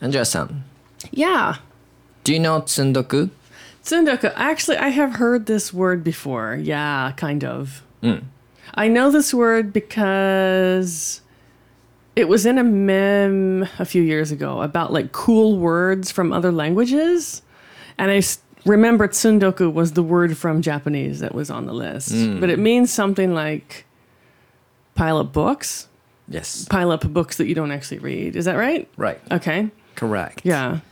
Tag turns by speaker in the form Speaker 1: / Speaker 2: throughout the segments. Speaker 1: Andrea san,
Speaker 2: Yeah.
Speaker 1: do you know tsundoku?
Speaker 2: Tsundoku. Actually, I have heard this word before. Yeah, kind of. I know this word because it was in a meme a few years ago about like cool words from other languages. And I s- remember tsundoku was the word from Japanese that was on the list, but it means something like pile up books,
Speaker 1: Yes.
Speaker 2: pile up books that you don't actually read. Is that right?
Speaker 1: Right.
Speaker 2: Okay.
Speaker 1: Correct.
Speaker 2: Yeah.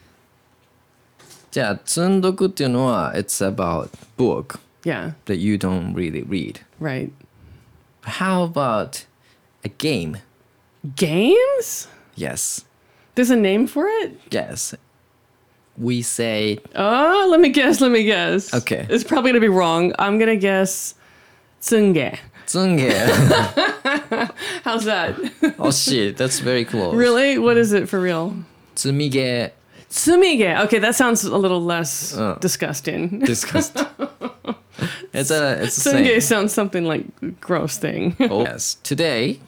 Speaker 1: じゃあ、積んどくっていうのは、it's about book
Speaker 2: Yeah.
Speaker 1: that you don't really read.
Speaker 2: Right.
Speaker 1: How about a game?
Speaker 2: Games?
Speaker 1: Yes.
Speaker 2: There's a name for it?
Speaker 1: Yes. We say
Speaker 2: Oh, let me guess. Let me guess.
Speaker 1: Okay.
Speaker 2: It's probably going to be wrong. I'm going to guess tsunge.
Speaker 1: つんげ。
Speaker 2: How's that?
Speaker 1: oh shit, that's very close.
Speaker 2: really? What is it for real?
Speaker 1: 積みげ
Speaker 2: Tsumige. Okay, that sounds a little less
Speaker 1: Uh.
Speaker 2: disgusting.
Speaker 1: disgust. it's a it's the
Speaker 2: Tsunge
Speaker 1: same.
Speaker 2: sounds something like gross thing.
Speaker 1: Oh. Yes. Today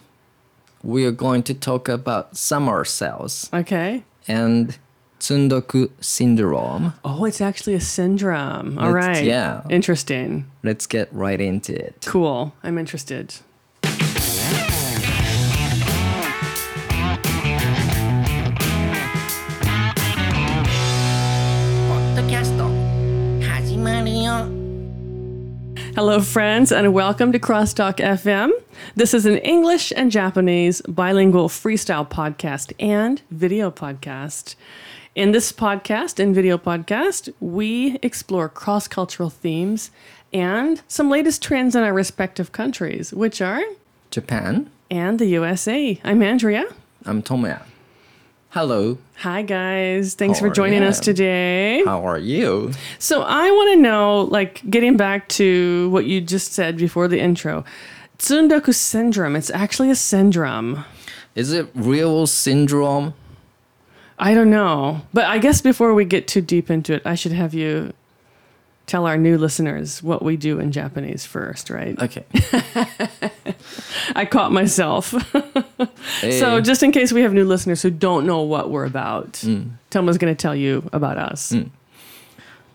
Speaker 1: we are going to talk about summer cells
Speaker 2: okay.
Speaker 1: and tsundoku syndrome.
Speaker 2: Oh, it's actually a syndrome. All
Speaker 1: It's-
Speaker 2: right.
Speaker 1: yeah.
Speaker 2: Interesting.
Speaker 1: Let's get right into it.
Speaker 2: Cool. I'm interested. Hello, friends, and welcome to Crosstalk FM. This is an English and Japanese bilingual freestyle podcast and video podcast. In this podcast and video podcast, we explore cross cultural themes and some latest trends in our respective countries, which are
Speaker 1: Japan.
Speaker 2: and the USA. I'm Andrea.
Speaker 1: I'm Tomoya. Hello.
Speaker 2: Hi, guys. Thanks
Speaker 1: Oh,
Speaker 2: for joining us
Speaker 1: yeah.
Speaker 2: today.
Speaker 1: How are you?
Speaker 2: So I want to know, like, getting back to what you just said before the intro, Tsundoku syndrome. It's actually a syndrome.
Speaker 1: Is it real syndrome?
Speaker 2: I don't know, but I guess before we get too deep into it, I should have you tell our new listeners what we do in Japanese first, right?
Speaker 1: Okay.
Speaker 2: I caught myself. So
Speaker 1: Eh,
Speaker 2: just in case we have new listeners who don't know what we're about, Toma's going to tell you about us.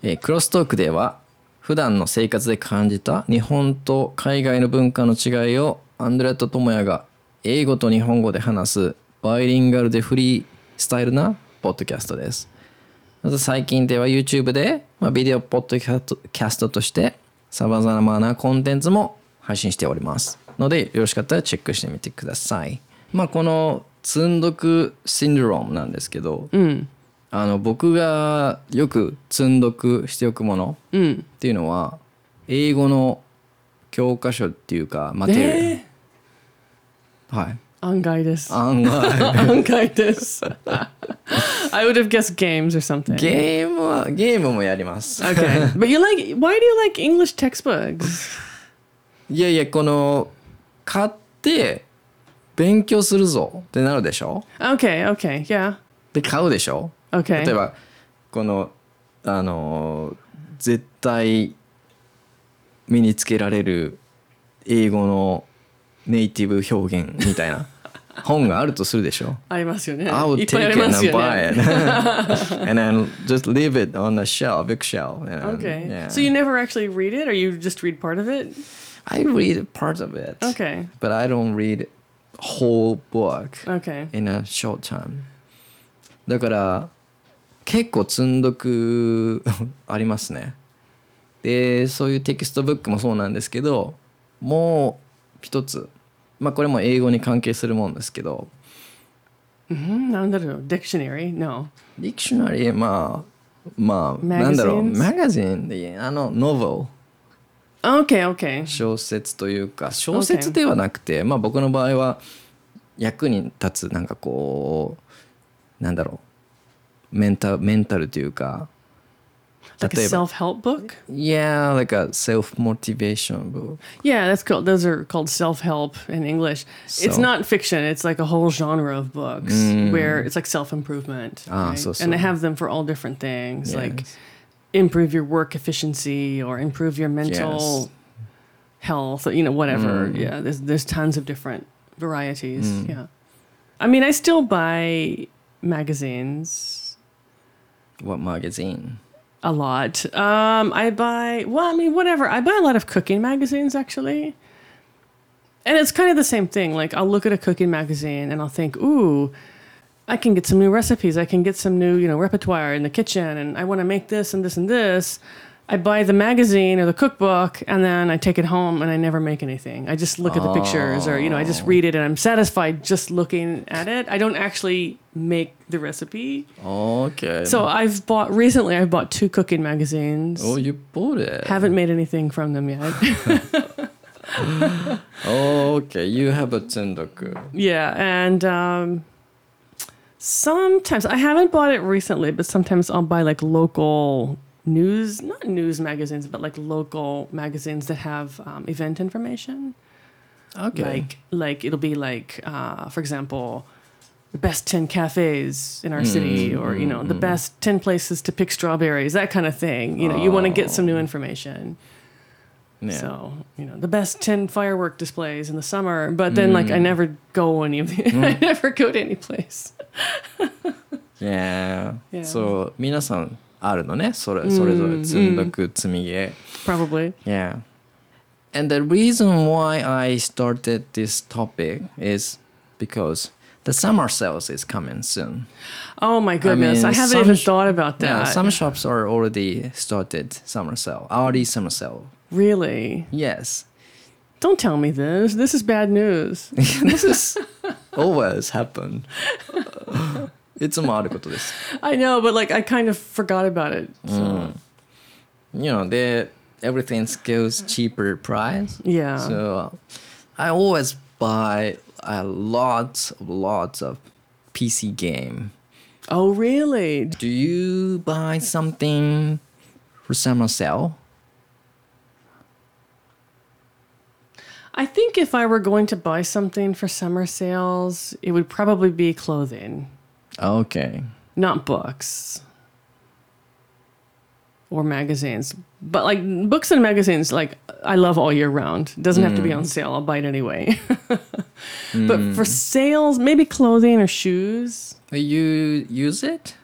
Speaker 1: えークロストークでは普段の生活で感じた日本と海外の文化の違いをアンドレとトモヤが英語と日本語で話すバイリンガルでフリースタイルなポッドキャストです。また最近では YouTube で、まあ、ビデオポッドキャストキャストとしてさまざまなコンテンツも配信しておりますのでよろしかったらチェックしてみてください。まあ、この積んどくシンドロームなんですけど、あの僕がよく積んどくしておくものっていうのは英語の教科書っていうかマテリアル、
Speaker 2: え
Speaker 1: はい
Speaker 2: ー、
Speaker 1: 案 外
Speaker 2: Angaitis. I would have guessed games or something.
Speaker 1: ゲームはゲームもやります。
Speaker 2: Okay. but you like why do you like English textbooks?
Speaker 1: いやいやこの買って勉強するぞってなるでしょ
Speaker 2: Okay, okay, yeah.
Speaker 1: で買うでしょ
Speaker 2: Okay.
Speaker 1: 例えばこのあのー絶対身につけられる英語のネイティブ表現みたい な本があるとするでしょ
Speaker 2: ありますよね。
Speaker 1: I would take it and I'll
Speaker 2: いっぱいありますよ
Speaker 1: buy it
Speaker 2: ね。
Speaker 1: and then just leave it on a shelf, bookshelf. and then-
Speaker 2: Okay.
Speaker 1: yeah.
Speaker 2: So you never actually read it or you just read part of it?
Speaker 1: I read part of it,
Speaker 2: Okay.
Speaker 1: but I don't read whole book.
Speaker 2: Okay.
Speaker 1: in a short time だから結構積んどく ありますねでそういうテキストブックもそうなんですけどもう一つまあこれも英語に関係するもんですけど
Speaker 2: Mm, なんだろう dictionary? No.
Speaker 1: ディクショナリーまあまあ
Speaker 2: Magazines？
Speaker 1: なんだろうマガジンでいいあのノベル
Speaker 2: Okay, okay.
Speaker 1: 小説というか小説ではなくて、まあ僕の場合は役に立つなんかこうなんだろうメンタメンタルというか
Speaker 2: Like a
Speaker 1: 例えば。
Speaker 2: self-help book?
Speaker 1: Yeah, like a self motivation book.
Speaker 2: Yeah, that's called those are called self-help in English. It's
Speaker 1: So- Mm.
Speaker 2: not fiction, it's like a whole genre of books where it's like self-improvement.
Speaker 1: Ah, so- so-
Speaker 2: And they have them for all different things. Like
Speaker 1: Yes.
Speaker 2: improve your work efficiency or improve your mental
Speaker 1: Yes. Mm.
Speaker 2: health, you know, whatever. Yeah, there's there's tons of different varieties. Yeah, I mean, I still buy magazines.
Speaker 1: What magazine?
Speaker 2: a lot. Um, I buy, well, I mean, whatever. I buy a lot of cooking magazines actually. And it's kind of the same thing. Like, I'll look at a cooking magazine and I'll think, ooh, I can get some new recipes. I can get some new, you know, repertoire in the kitchen and I want to make this and this and this. I buy the magazine or the cookbook and then I take it home and I never make anything. I just look at the pictures or, you know, I just read it and I'm satisfied just looking at it. I don't actually make the recipe.
Speaker 1: Okay.
Speaker 2: So I've bought recently. I've bought two cooking magazines.
Speaker 1: oh, you bought it.
Speaker 2: Haven't made anything from them yet.
Speaker 1: Oh, okay. You have a tsundoku.
Speaker 2: yeah, and um, sometimes I haven't bought it recently, but sometimes I'll buy like local news, not news magazines, but like local magazines that have um, event information.
Speaker 1: Okay.
Speaker 2: Like, like it'll be like, uh, for example. The best 10 cafes in our city,
Speaker 1: Mm,
Speaker 2: or you know, the best 10 places to pick strawberries, that kind of thing. You know, you want to get some
Speaker 1: Oh.
Speaker 2: new information.
Speaker 1: yeah.
Speaker 2: So, you know, the best 10 firework displays in the summer, but then like
Speaker 1: Mm.
Speaker 2: I never go any of the, I never go to any place.
Speaker 1: yeah.
Speaker 2: Yeah.
Speaker 1: そう、皆さんあるのね。それそれぞれ積んどく積み毛。
Speaker 2: Probably.
Speaker 1: Yeah. And the reason why I started this topic is because the summer sales is coming soon.
Speaker 2: Oh my goodness. I,
Speaker 1: mean,
Speaker 2: haven't
Speaker 1: some
Speaker 2: even
Speaker 1: sh-
Speaker 2: thought about that.
Speaker 1: Yeah, some shops are already started summer sale, already summer sale.
Speaker 2: really?
Speaker 1: Yes,
Speaker 2: Don't tell me this. This is bad news.
Speaker 1: this is always happen. いつもあることです。
Speaker 2: I know, but like I kind of forgot about it. So,
Speaker 1: Mm. You know, they everything goes cheaper price.
Speaker 2: yeah.
Speaker 1: So I always buy a lot, lots of PC game.
Speaker 2: oh, really?
Speaker 1: Do you buy something for summer sale?
Speaker 2: I think if I were going to buy something for summer sales, it would probably be clothing.
Speaker 1: Okay.
Speaker 2: not books or magazines but like books and magazines like i love all year round doesn't have to be on sale i'll buy it anyway but for sales maybe clothing or shoes
Speaker 1: You use it?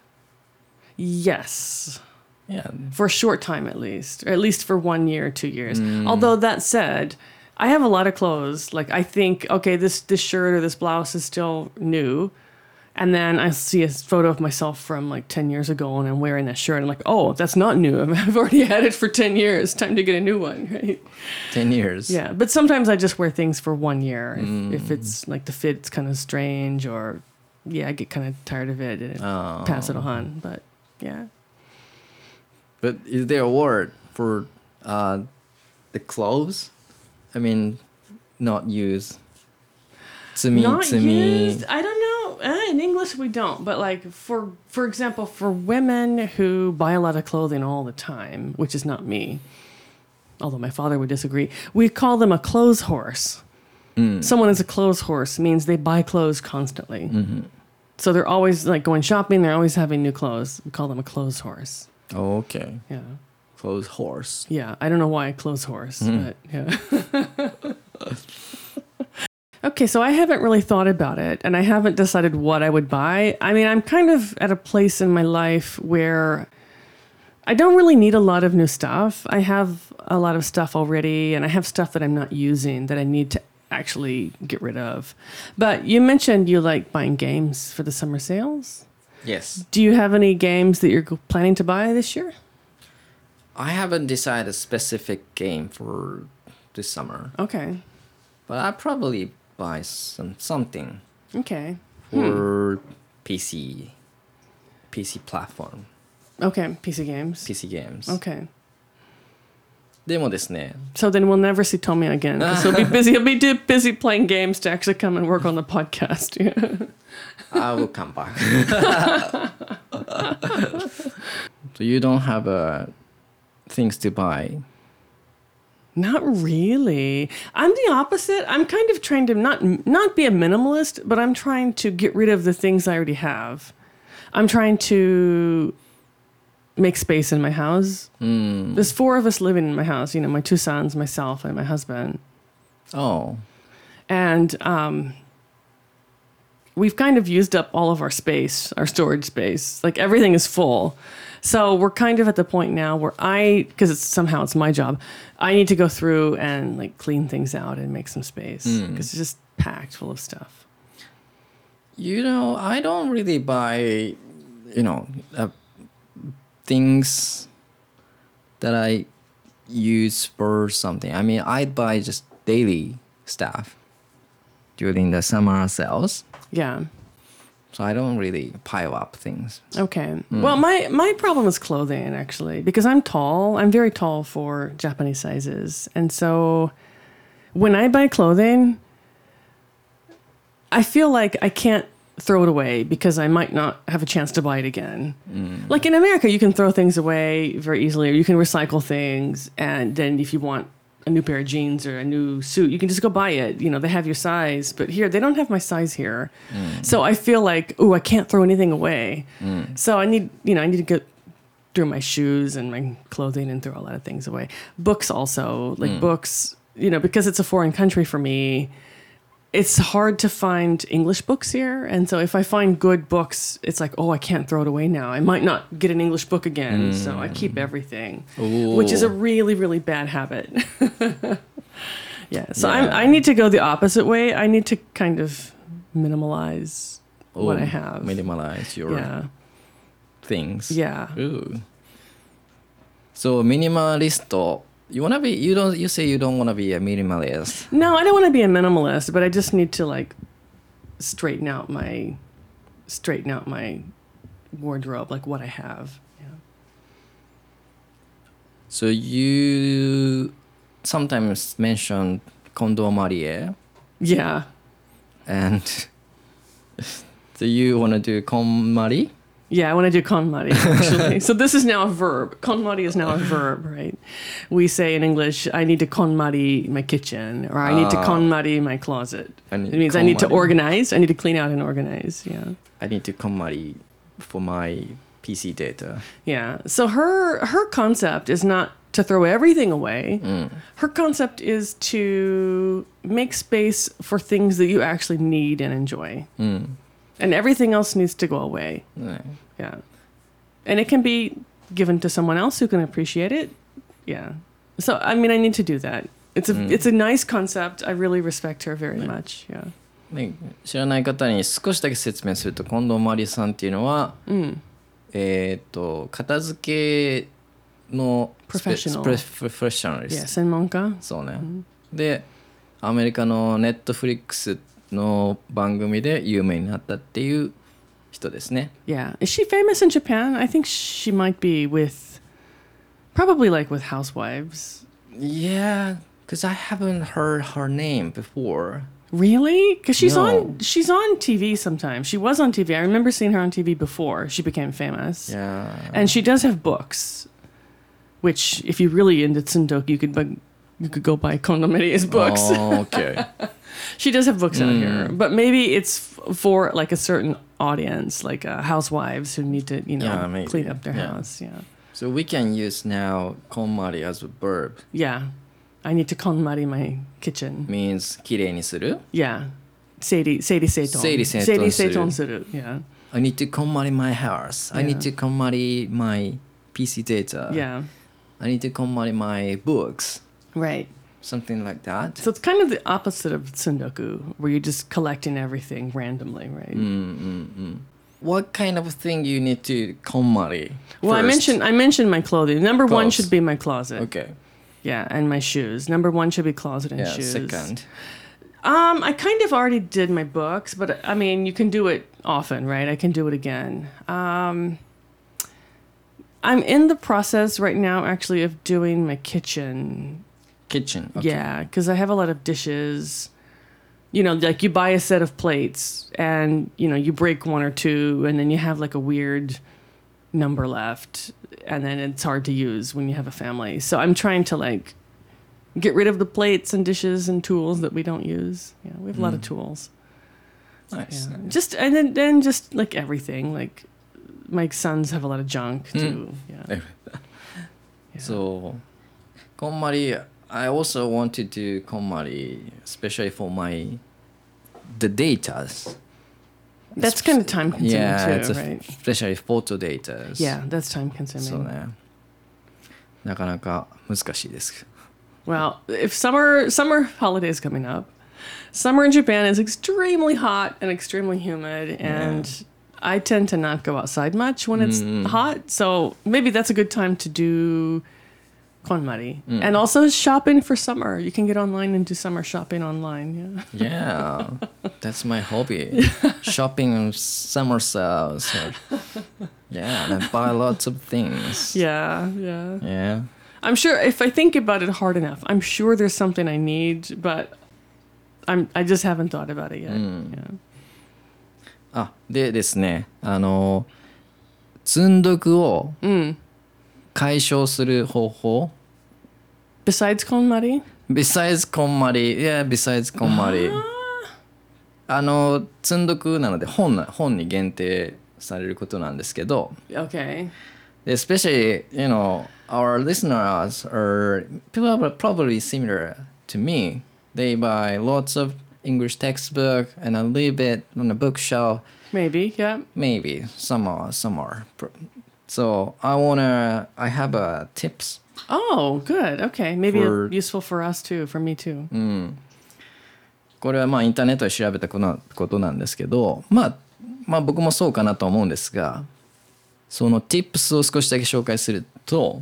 Speaker 2: yes
Speaker 1: Yeah.
Speaker 2: for a short time at least or at least for one year two years although that said i have a lot of clothes like i think okay this this shirt or this blouse is still new and then i see a photo of myself from like 10 years ago and i'm wearing that shirt and i'm like oh that's not new i've already had it for 10 years time to get a new one right
Speaker 1: 10 years.
Speaker 2: yeah but sometimes i just wear things for one year if, if it's like the fit's kind of strange or yeah i get kind of tired of it and
Speaker 1: Oh.
Speaker 2: pass it on but yeah
Speaker 1: But is there a word for uh, the clothes? I mean, not use. Tsumi,
Speaker 2: not
Speaker 1: tsumi.
Speaker 2: used. I don't know. Uh, in English, we don't. But like for for example, for women who buy a lot of clothing all the time, which is not me, although my father would disagree, we call them a clothes horse.
Speaker 1: Hmm. Mm.
Speaker 2: Someone is a clothes horse means they buy clothes constantly.
Speaker 1: Mm-hmm.
Speaker 2: So they're always like going shopping. They're always having new clothes. We call them a clothes horse.
Speaker 1: Okay.
Speaker 2: Yeah,
Speaker 1: Clothes horse.
Speaker 2: yeah. I don't know why clothes horse, but yeah. Okay, so I haven't really thought about it and I haven't decided what I would buy. I mean, I'm kind of at a place in my life where I don't really need a lot of new stuff. I have a lot of stuff already and I have stuff that I'm not using that I need to actually get rid of. But you mentioned you like buying games for the summer sales.
Speaker 1: Yes.
Speaker 2: Do you have any games that you're g- planning to buy this year?
Speaker 1: I haven't decided a specific game for this summer,
Speaker 2: Okay.
Speaker 1: but I probably buy some something
Speaker 2: Okay.
Speaker 1: for PC, PC platform,
Speaker 2: Okay, PC games.
Speaker 1: PC games.
Speaker 2: Okay.
Speaker 1: でもですね、
Speaker 2: So then we'll never see Tommy again. 'cause He'll be busy. He'll be too busy playing games to actually come and work on the podcast. Yeah.
Speaker 1: I will come back. so you don't have uh, things to buy.
Speaker 2: Not really. I'm the opposite. I'm kind of trying to not not be a minimalist, but I'm trying to get rid of the things I already have. I'm trying to make space in my house. There's four of us living in my house. You know, my two sons, myself, and my husband.
Speaker 1: Oh,
Speaker 2: and um, we've kind of used up all of our space, our storage space. Like everything is full. So we're kind of at the point now where I, because it's somehow it's my job, I need to go through and like clean things out and make some space because it's just packed full of stuff.
Speaker 1: You know, I don't really buy, you know, uh, things that I use for something. I mean, I buy just daily stuff during the summer sales,
Speaker 2: Yeah.
Speaker 1: so I don't really pile up things.
Speaker 2: Okay. Well, my my problem is clothing actually because I'm tall. I'm very tall for Japanese sizes, and so when I buy clothing, I feel like I can't throw it away because I might not have a chance to buy it again. Like in America, you can throw things away very easily, or you can recycle things, and then if you want a new pair of jeans or a new suit, you can just go buy it. You know, they have your size, but here they don't have my size here. So I feel like, oh, I can't throw anything away. So I need, you know, I need to get through my shoes and my clothing and throw a lot of things away. Books also, like books, you know, because it's a foreign country for me, it's hard to find English books here. And so if I find good books, it's like, oh, I can't throw it away now. I might not get an English book again. So I keep everything, which is a
Speaker 1: Mm. Ooh.
Speaker 2: really, really bad habit. yeah. So
Speaker 1: Yeah.
Speaker 2: I'm, I need to go the opposite way. I need to kind of minimalize what I
Speaker 1: Ooh,
Speaker 2: have.
Speaker 1: minimalize your
Speaker 2: yeah.
Speaker 1: things.
Speaker 2: Yeah.
Speaker 1: Ooh. So minimalist. You wanna be? You don't. You say you don't wanna be a minimalist.
Speaker 2: No, I don't want to be a minimalist, but I just need to like straighten out my straighten out my wardrobe, like what I have. Yeah.
Speaker 1: So you sometimes mention condomarie,
Speaker 2: Yeah.
Speaker 1: and so you wanna do konmari.
Speaker 2: Yeah, I want to do KonMari actually. so this is now a verb. KonMari is now a verb, right? We say in English, I need to KonMari my kitchen, or I need to
Speaker 1: Ah.
Speaker 2: KonMari my closet.
Speaker 1: I need
Speaker 2: It means I need to
Speaker 1: KonMari.
Speaker 2: organize. I need to clean out and organize. Yeah.
Speaker 1: I need to konmari for my PC data.
Speaker 2: Yeah. So her her concept is not to throw everything away.
Speaker 1: Mm.
Speaker 2: Her concept is to make space for things that you actually need and enjoy.
Speaker 1: Mm.
Speaker 2: And everything else needs to go away.
Speaker 1: Right.
Speaker 2: Yeah. And it can be given to someone else who can appreciate it. Yeah. So I mean I need to do that. It's a it's a nice concept. I really respect her very much. Yeah.
Speaker 1: ね、知らない方に少しだけ説明すると近藤真理さんっていうのは、えっ、と片付けのスペ
Speaker 2: Professional
Speaker 1: プレプロフェッショナルで
Speaker 2: Yeah.
Speaker 1: す、
Speaker 2: Senmonka.
Speaker 1: そうね、でアメリカのネットフリックスの番組で有名になったっていう人ですね
Speaker 2: Yeah. Is she famous in Japan? I think she might be with probably like with housewives.
Speaker 1: Yeah, because I haven't heard her name before
Speaker 2: Really? Cuz she's
Speaker 1: No.
Speaker 2: on she's on TV sometimes. She was on TV. I remember seeing her on TV before she became famous.
Speaker 1: Yeah
Speaker 2: And she does have books which if you really into tsundoku you could bu- you could go buy Kondomeri's books.
Speaker 1: Oh, okay
Speaker 2: She does have books
Speaker 1: Mm.
Speaker 2: out here, but maybe it's f- for like a certain audience, like uh, housewives who need to, you know,
Speaker 1: Yeah, maybe.
Speaker 2: clean up their
Speaker 1: Yeah.
Speaker 2: house. Yeah.
Speaker 1: So we can use now こんまり as a verb
Speaker 2: Yeah. I need to KonMari my kitchen.
Speaker 1: means きれいにする
Speaker 2: Yeah. 整理整理整頓
Speaker 1: 整理整頓する。
Speaker 2: 整理整頓する Yeah.
Speaker 1: I need to convert my house. I need to convert my PC data.
Speaker 2: Yeah.
Speaker 1: I need to convert my books.
Speaker 2: Right.
Speaker 1: Something like that.
Speaker 2: So it's kind of the opposite of sundoku, where you're just collecting everything randomly, right?
Speaker 1: Mm. what kind of thing you need to convert?
Speaker 2: Well, I mentioned I mentioned my clothing. Number one
Speaker 1: Clothes.
Speaker 2: should be my closet.
Speaker 1: Okay.
Speaker 2: Yeah, and my shoes. Number one should be closet and
Speaker 1: Yeah.
Speaker 2: shoes.
Speaker 1: Second.
Speaker 2: Um, I kind of already did my books, but I mean, you can do it often, right? I can do it again. Um, I'm in the process right now, actually, of doing my kitchen.
Speaker 1: Kitchen.
Speaker 2: Yeah, 'cause Yeah, because I have a lot of dishes. You know, like you buy a set of plates and, you know, you break one or two, and then you have like a weird number left, and then it's hard to use when you have a family. So I'm trying to like get rid of the plates and dishes and tools that we don't use. Yeah, we have a lot of
Speaker 1: Mm.
Speaker 2: tools.
Speaker 1: Nice.
Speaker 2: Yeah. Just and then, then just like everything, like my sons have a lot of junk
Speaker 1: Hmm.
Speaker 2: too. Yeah.
Speaker 1: So, KonMari, I also want to do KonMari, especially for my the datas.
Speaker 2: That's kind of time consuming
Speaker 1: yeah,
Speaker 2: too,
Speaker 1: it's a,
Speaker 2: right?
Speaker 1: especially photo data.
Speaker 2: Yeah, that's time consuming.
Speaker 1: そうね。なかなか難しいです。
Speaker 2: Well, if summer summer holidays coming up, summer in Japan is extremely hot and extremely humid, and I tend to not go outside much when it's hot. So maybe that's a good time to do konmari and also shopping for summer. You can get online and do summer shopping online. Yeah.
Speaker 1: Yeah, that's my hobby. Shopping on summer sales. Yeah, and I buy lots of things.
Speaker 2: Yeah, yeah.
Speaker 1: Yeah.
Speaker 2: I'm sure if I think about it hard enough, I'm sure there's something I need, but I'm I just haven't thought about it yet. Yeah.
Speaker 1: あでですねあの積んどくを解消する方法、
Speaker 2: Besides konmari,
Speaker 1: besides こんまり yeah besides こんまりあの積んどくなので本な本に限定されることなんですけど
Speaker 2: okay.
Speaker 1: especially you know our listeners are people are probably similar to me they buy lots of English textbook and I leave it on a bookshelf
Speaker 2: Maybe, yeah.
Speaker 1: maybe some are some are Pr- so i wanna i have a tips
Speaker 2: Oh, good. Okay. Maybe
Speaker 1: For- Mm.
Speaker 2: useful for us too, for me too.
Speaker 1: これはまあインターネットで調べたこのことなんですけど、まあ、まあ僕もそうかなとは思うんですがその tips を少しだけ紹介すると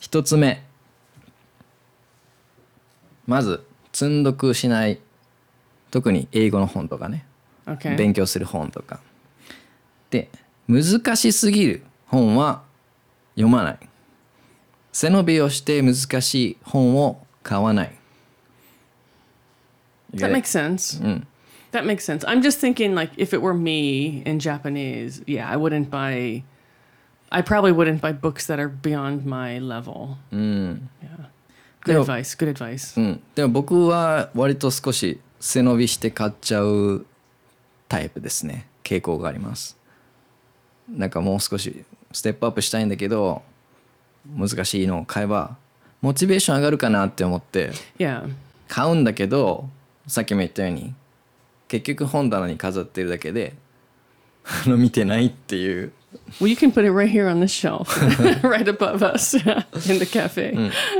Speaker 1: 一つ目まず積んどくしない特に英語の本とかね
Speaker 2: Okay.
Speaker 1: 勉強する本とかで難しすぎる本は読まない背伸びをして難しい本を買わない
Speaker 2: that makes sense.
Speaker 1: Mm.
Speaker 2: That makes sense. I'm just thinking like if it were me in Japanese, yeah, I wouldn't buy I probably wouldn't buy books that are beyond my level. Mm. Yeah. Good
Speaker 1: Yeah.
Speaker 2: advice. Good advice.
Speaker 1: うん、でも僕は割と少し背伸びして買っちゃうタイプですね傾向がありますなんかもう少しステップアップしたいんだけど難しいのを買えばモチベーション上がるかなって思って
Speaker 2: Yeah.
Speaker 1: 買うんだけどさっきも言ったように結局本棚に飾ってるだけであの見てないっていう
Speaker 2: Well, you can put it right here on this shelf, right above us in the cafe.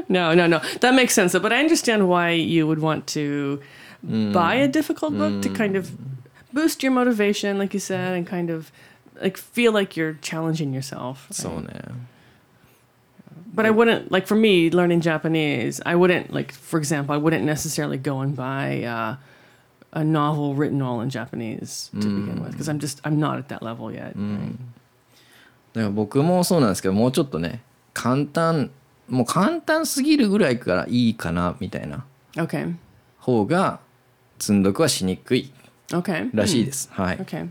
Speaker 2: No, no, no. That makes sense. But I understand why you would want to buy a difficult book to kind of boost your motivation, like you said, and kind of like feel like you're challenging yourself. right?
Speaker 1: そうね
Speaker 2: But I wouldn't like for me learning Japanese. I wouldn't like, for example, I wouldn't necessarily go and buy uh, a novel written all in Japanese to begin with because I'm just I'm not at that level yet. right?
Speaker 1: だから僕もそうなんですけどもうちょっとね簡単もう簡単すぎるぐらいからいいかなみたいな
Speaker 2: Okay.
Speaker 1: 方が積んどくはしにくい
Speaker 2: Okay. Hmm.
Speaker 1: らしいです、はい、
Speaker 2: Okay.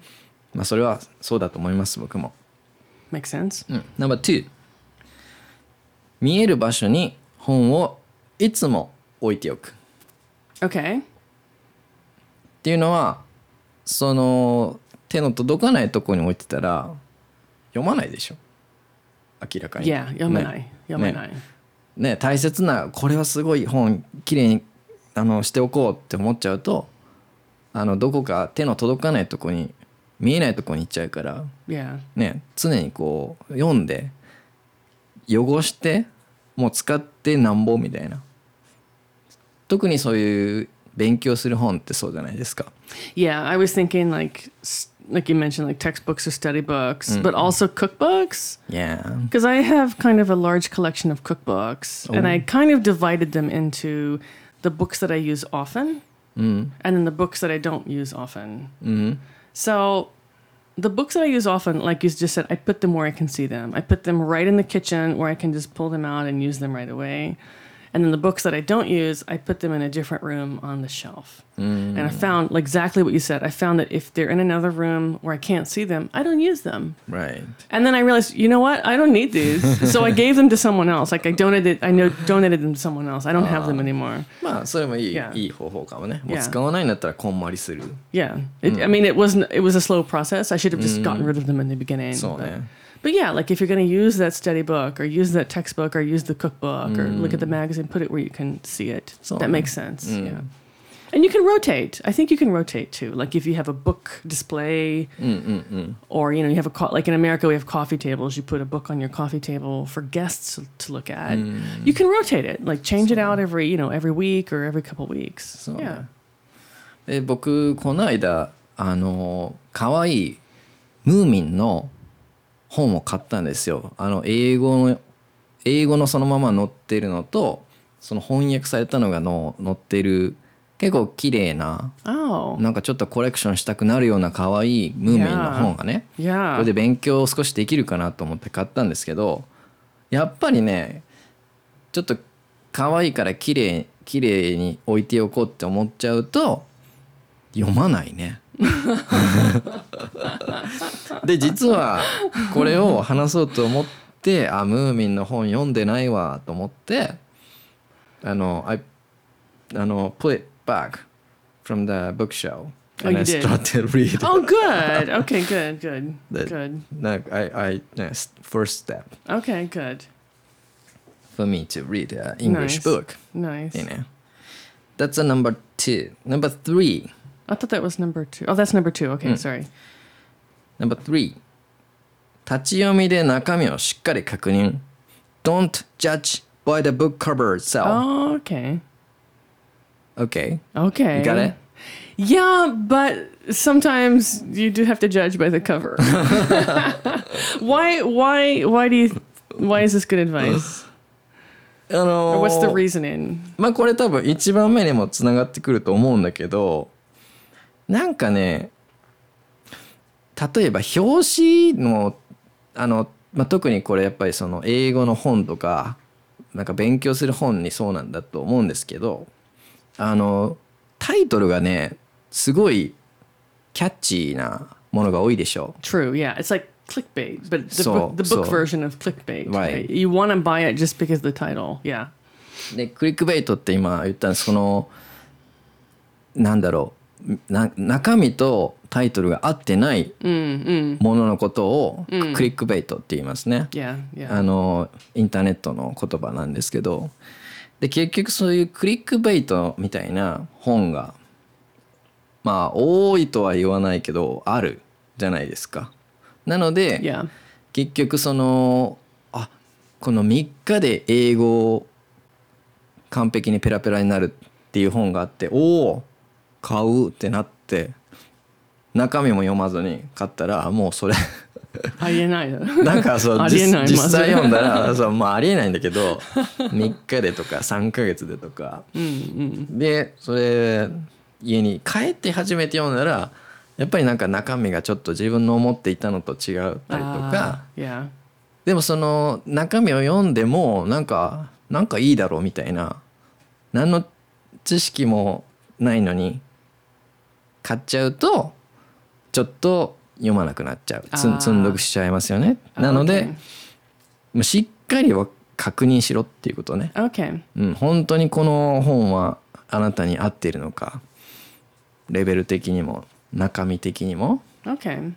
Speaker 1: まあそれはそうだと思います僕も
Speaker 2: Makes sense.
Speaker 1: うん Number two 見える場所に本をいつも置いておく
Speaker 2: Okay.
Speaker 1: っていうのはその手の届かないとこに置いてたら読まないでしょ明らかに
Speaker 2: Yeah.
Speaker 1: ね
Speaker 2: Yomenai.
Speaker 1: ね
Speaker 2: Yomenai.
Speaker 1: ね大切なこれはすごい本きれいにあのしておこうって思っちゃうとあのどこか手の届かないとこに見えないとこに行っちゃうから
Speaker 2: Yeah.
Speaker 1: ね常にこう読んで汚してもう使ってなんぼみたいな特にそういう勉強する本ってそうじゃないですか
Speaker 2: Yeah. I was thinking like s- like you mentioned like textbooks or study books, but also cookbooks
Speaker 1: Yeah
Speaker 2: because I have kind of a large collection of cookbooks and I kind of divided them into the books that I use often and then the books that I don't use often. So the books that I use often, like you just said, I put them where I can see them. I put them right in the kitchen where I can just pull them out and use them right away. And then the books that I don't use, I put them in a different room on the shelf. And I found like, exactly what you said. I found that if they're in another room where I can't see them, I don't use them.
Speaker 1: right
Speaker 2: And then I realized, you know what? I don't need these. so I gave them to someone else. Like I donated, I know donated them to someone else. I don't have them anymore.
Speaker 1: まあそれもいい
Speaker 2: Yeah.
Speaker 1: いい方法かもねもう
Speaker 2: Yeah.
Speaker 1: 使わないんだったらこんまりする
Speaker 2: Yeah. It, I mean, it wasn't. It was a slow process. I should have just gotten rid of them in the beginning.
Speaker 1: そう
Speaker 2: but-
Speaker 1: ね
Speaker 2: But yeah, like if you're going to use that study book or use that textbook or use the cookbook or look at the magazine, put it where you can see it.
Speaker 1: So-
Speaker 2: that makes sense. Yeah. And you can rotate. I think you can rotate too. Like if you have a book display, or you know you have a co- like in America we have coffee tables. You put a book on your coffee table for guests to- to look at. You can rotate it, like change it out every you know every week or every couple weeks.
Speaker 1: So-
Speaker 2: yeah.
Speaker 1: で僕この間あの可愛いムーミンの本を買ったんですよあの英語の英語のそのまま載ってるのとその翻訳されたのがの載ってる結構綺麗な
Speaker 2: Oh.
Speaker 1: なんかちょっとコレクションしたくなるような可愛いムーミンの本がね
Speaker 2: Yeah.
Speaker 1: これで勉強を少しできるかなと思って買ったんですけどやっぱりねちょっと可愛いから綺麗綺麗に置いておこうって思っちゃうと読まないね。 で実はこれを話そうと思ってあムーミンの本読んでないわと思ってあの I あの put it back from the bookshelf
Speaker 2: Oh,
Speaker 1: and
Speaker 2: you
Speaker 1: I
Speaker 2: did.
Speaker 1: started reading
Speaker 2: Oh, good. Okay, good, good,
Speaker 1: That-
Speaker 2: good.
Speaker 1: like I, I yes, first step
Speaker 2: Okay, good.
Speaker 1: for me to read an English
Speaker 2: Nice.
Speaker 1: book.
Speaker 2: Nice.
Speaker 1: You know, that's a number two. Number three.
Speaker 2: I thought that was number two. Oh, that's number two. Okay,
Speaker 1: Mm.
Speaker 2: sorry.
Speaker 1: Number three. 立ち読みで中身をしっかり確認。Don't judge by the book cover itself.
Speaker 2: Oh, okay.
Speaker 1: Okay.
Speaker 2: Oh. Okay.
Speaker 1: You got it?
Speaker 2: Yeah, but sometimes you do have to judge by the cover. why? Why? Why do you? Why is this good advice?
Speaker 1: あの
Speaker 2: Or
Speaker 1: ー
Speaker 2: what's the reasoning?
Speaker 1: まあこれ多分1番目にもつながってくると思うんだけどなんかね例えば表紙のあの、まあ、特にこれやっぱりその英語の本とかなんか勉強する本にそうなんだと思うんですけどあのタイトルがねすごいキャッチーなものが多いでしょ
Speaker 2: True. Yeah, it's like clickbait, but the
Speaker 1: So-
Speaker 2: book, the book
Speaker 1: so-
Speaker 2: version of clickbait.
Speaker 1: Right.
Speaker 2: You want to buy it just because of the title. Yeah.
Speaker 1: でクリックベイトって今言ったそのなんだろうな中身とタイトルが合ってない
Speaker 2: Mm,
Speaker 1: もののことをクリックベイトって言いますね、
Speaker 2: Yeah. Yeah.
Speaker 1: あのインターネットの言葉なんですけどで結局そういうクリックベイトみたいな本がまあ多いとは言わないけどあるじゃないですか。なので、
Speaker 2: yeah.
Speaker 1: 結局そのあこの3日で英語を完璧にペラペラになるっていう本があっておお買うってなって中身も読まずに買ったらもうそれ
Speaker 2: I didn't know.
Speaker 1: なんかそう
Speaker 2: ありえ
Speaker 1: 実
Speaker 2: ない
Speaker 1: 実
Speaker 2: まず
Speaker 1: 際読んだらそう、まあ、ありえないんだけど3日でとか3ヶ月でとか、でそれ家に帰って初めて読んだらやっぱりなんか中身がちょっと自分の思っていたのと違ったりとか
Speaker 2: Ah, yeah.
Speaker 1: でもその中身を読んでもなんかなんかいいだろうみたいな何の知識もないのに買っちゃうとちょっと読まなくなっちゃうつ
Speaker 2: あー
Speaker 1: ん積んどくしちゃいますよねなので
Speaker 2: Okay.
Speaker 1: もうしっかりは確認しろっていうことね、
Speaker 2: Okay.
Speaker 1: うん、本当にこの本はあなたに合っているのかレベル的にも中身的にも
Speaker 2: Okay.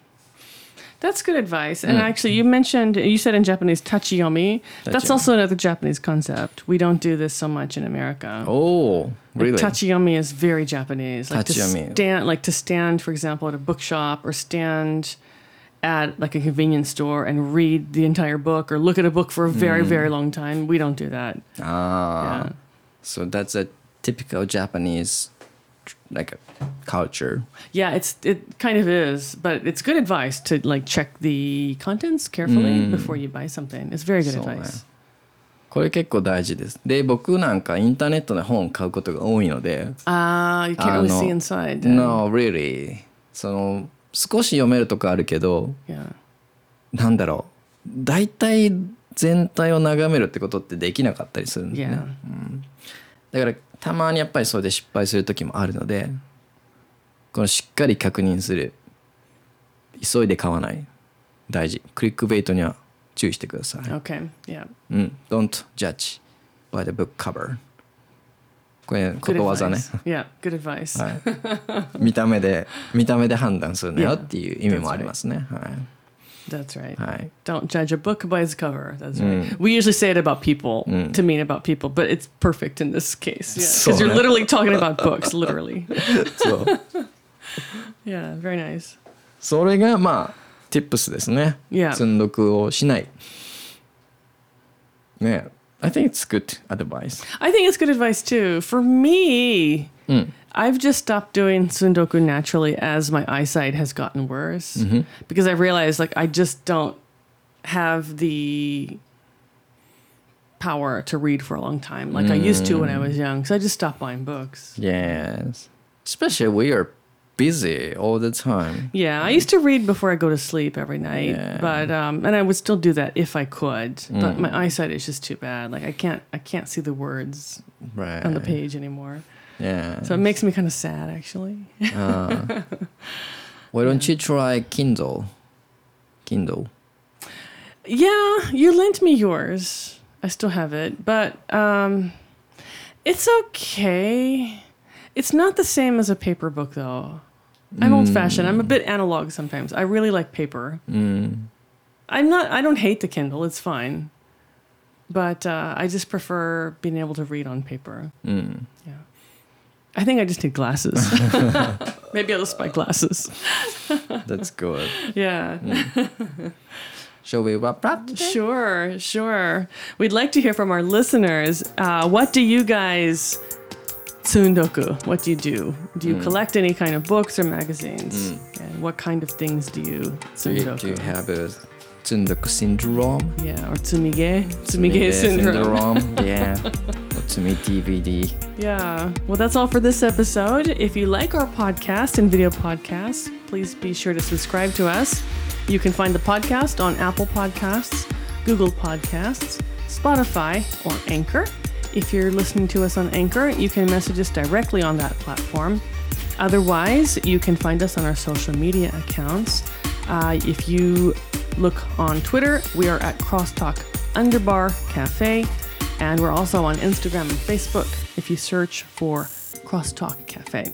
Speaker 2: That's good advice. And actually, you mentioned, you said in Japanese, tachiyomi. That's
Speaker 1: Tachiyomi.
Speaker 2: also another Japanese concept. We don't do this so much in America.
Speaker 1: おお、Oh,
Speaker 2: Like,
Speaker 1: really?
Speaker 2: Tachiyomi is very Japanese. Like To
Speaker 1: Tachiyomi.
Speaker 2: stand, like to stand, for example, at a bookshop or stand at like a convenience store and read the entire book or look at a book for a very, very long time. We don't do that.
Speaker 1: ああ、
Speaker 2: Yeah.
Speaker 1: So that's a typical Japanese like a culture.
Speaker 2: Yeah, it's it kind of is, but it's good advice to like check the contents carefully before you buy something. It's very good
Speaker 1: そうね
Speaker 2: advice.
Speaker 1: これ結構大事です。で、僕なんかインターネットで本を買うことが多いので、
Speaker 2: Ah, you can't
Speaker 1: あ
Speaker 2: really
Speaker 1: の
Speaker 2: see inside. then.
Speaker 1: No, really. その少し読めるとかあるけど、
Speaker 2: Yeah.
Speaker 1: なんだろう。大体全体を眺めるってことってできなかったりするんだよ
Speaker 2: Yeah.
Speaker 1: ね。だからたまにやっぱりそれで失敗する時もあるので、このしっかり確認する。急いで買わない。大事。クリックベイトには注意してください。
Speaker 2: Okay. Yeah.
Speaker 1: うん。Don't judge by the book cover. これ、こ
Speaker 2: Good
Speaker 1: とわざね。
Speaker 2: advice. Yeah. Good advice.
Speaker 1: はい、見た目で、見た目で判断するなよっていう意味も
Speaker 2: That's right.
Speaker 1: ありますね。はい。
Speaker 2: That's right.
Speaker 1: はい。
Speaker 2: Don't judge a book by its cover. That's
Speaker 1: Mm.
Speaker 2: right. We usually say it about people to mean about people, but it's perfect in this case because
Speaker 1: So-
Speaker 2: you're literally talking about books, literally.
Speaker 1: そう。
Speaker 2: Yeah, very nice.
Speaker 1: それがまあ tips ですね。
Speaker 2: Yeah.
Speaker 1: 積んどくをしない。ね I think it's good advice.
Speaker 2: I think it's good advice too. For me,
Speaker 1: Hmm.
Speaker 2: I've just stopped doing sundoku naturally as my eyesight has gotten worse
Speaker 1: Mm-hmm.
Speaker 2: because I realized like I just don't have the power to read for a long time like I used to when
Speaker 1: Mm.
Speaker 2: I was young. So I just stopped buying books.
Speaker 1: Yes. Especially we are busy all the time.
Speaker 2: Yeah, I used to read before I go to sleep every night,
Speaker 1: Yeah. Mm.
Speaker 2: but um, and I would still do that if I could. But my eyesight is just too bad. Like I can't, I can't see the words
Speaker 1: Right.
Speaker 2: on the page anymore.
Speaker 1: Yeah.
Speaker 2: So it makes me kind of sad, actually.
Speaker 1: Why don't you try Kindle? Kindle.
Speaker 2: Yeah, you lent me yours. I still have it, but um, it's okay. It's not the same as a paper book, though. I'm
Speaker 1: Hmm.
Speaker 2: old fashioned. I'm a bit analog sometimes. I really like paper.
Speaker 1: Mm.
Speaker 2: I'm not. I don't hate the Kindle. It's fine, but uh, I just prefer being able to read on paper.
Speaker 1: Mm.
Speaker 2: Yeah, I think I just need glasses. Maybe I'll just buy glasses.
Speaker 1: That's good.
Speaker 2: Yeah.
Speaker 1: Shall we wrap up? today?
Speaker 2: Sure, sure. We'd like to hear from our listeners. Uh, what do you guys tsundoku? What do you do? Do you collect any kind of books or magazines? And what kind of things do you
Speaker 1: Do you,
Speaker 2: tsundoku?
Speaker 1: do you have a Tsundoku syndrome?
Speaker 2: yeah, or tsumige, tsumige,
Speaker 1: Maybe a
Speaker 2: syndrome.
Speaker 1: syndrome. yeah. Or to me DVD.
Speaker 2: Yeah. Well, that's all for this episode. If you like our podcast and video podcasts, please be sure to subscribe to us. You can find the podcast on Apple Podcasts, Google Podcasts, Spotify, or Anchor. If you're listening to us on Anchor, you can message us directly on that platform. Otherwise, you can find us on our social media accounts. Uh, if you look on Twitter, we are at Crosstalk Underbar Cafe, and we're also on Instagram and Facebook if you search for Crosstalk Cafe.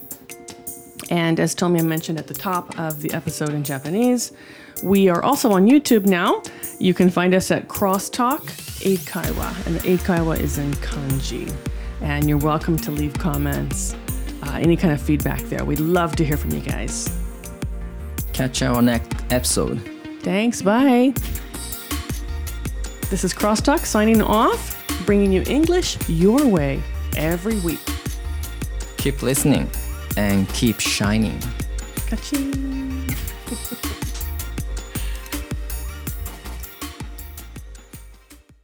Speaker 2: And as Tomia mentioned at the top of the episode in Japanese, we are also on YouTube now. You can find us at Crosstalk Eikaiwa, and the Eikaiwa is in kanji. And you're welcome to leave comments, uh, any kind of feedback there. We'd love to hear from you guys.
Speaker 1: Catch our next episode.
Speaker 2: Thanks, bye. This is Crosstalk signing off, bringing you English your way every week.
Speaker 1: Keep listening and keep shining.
Speaker 2: Ka-ching.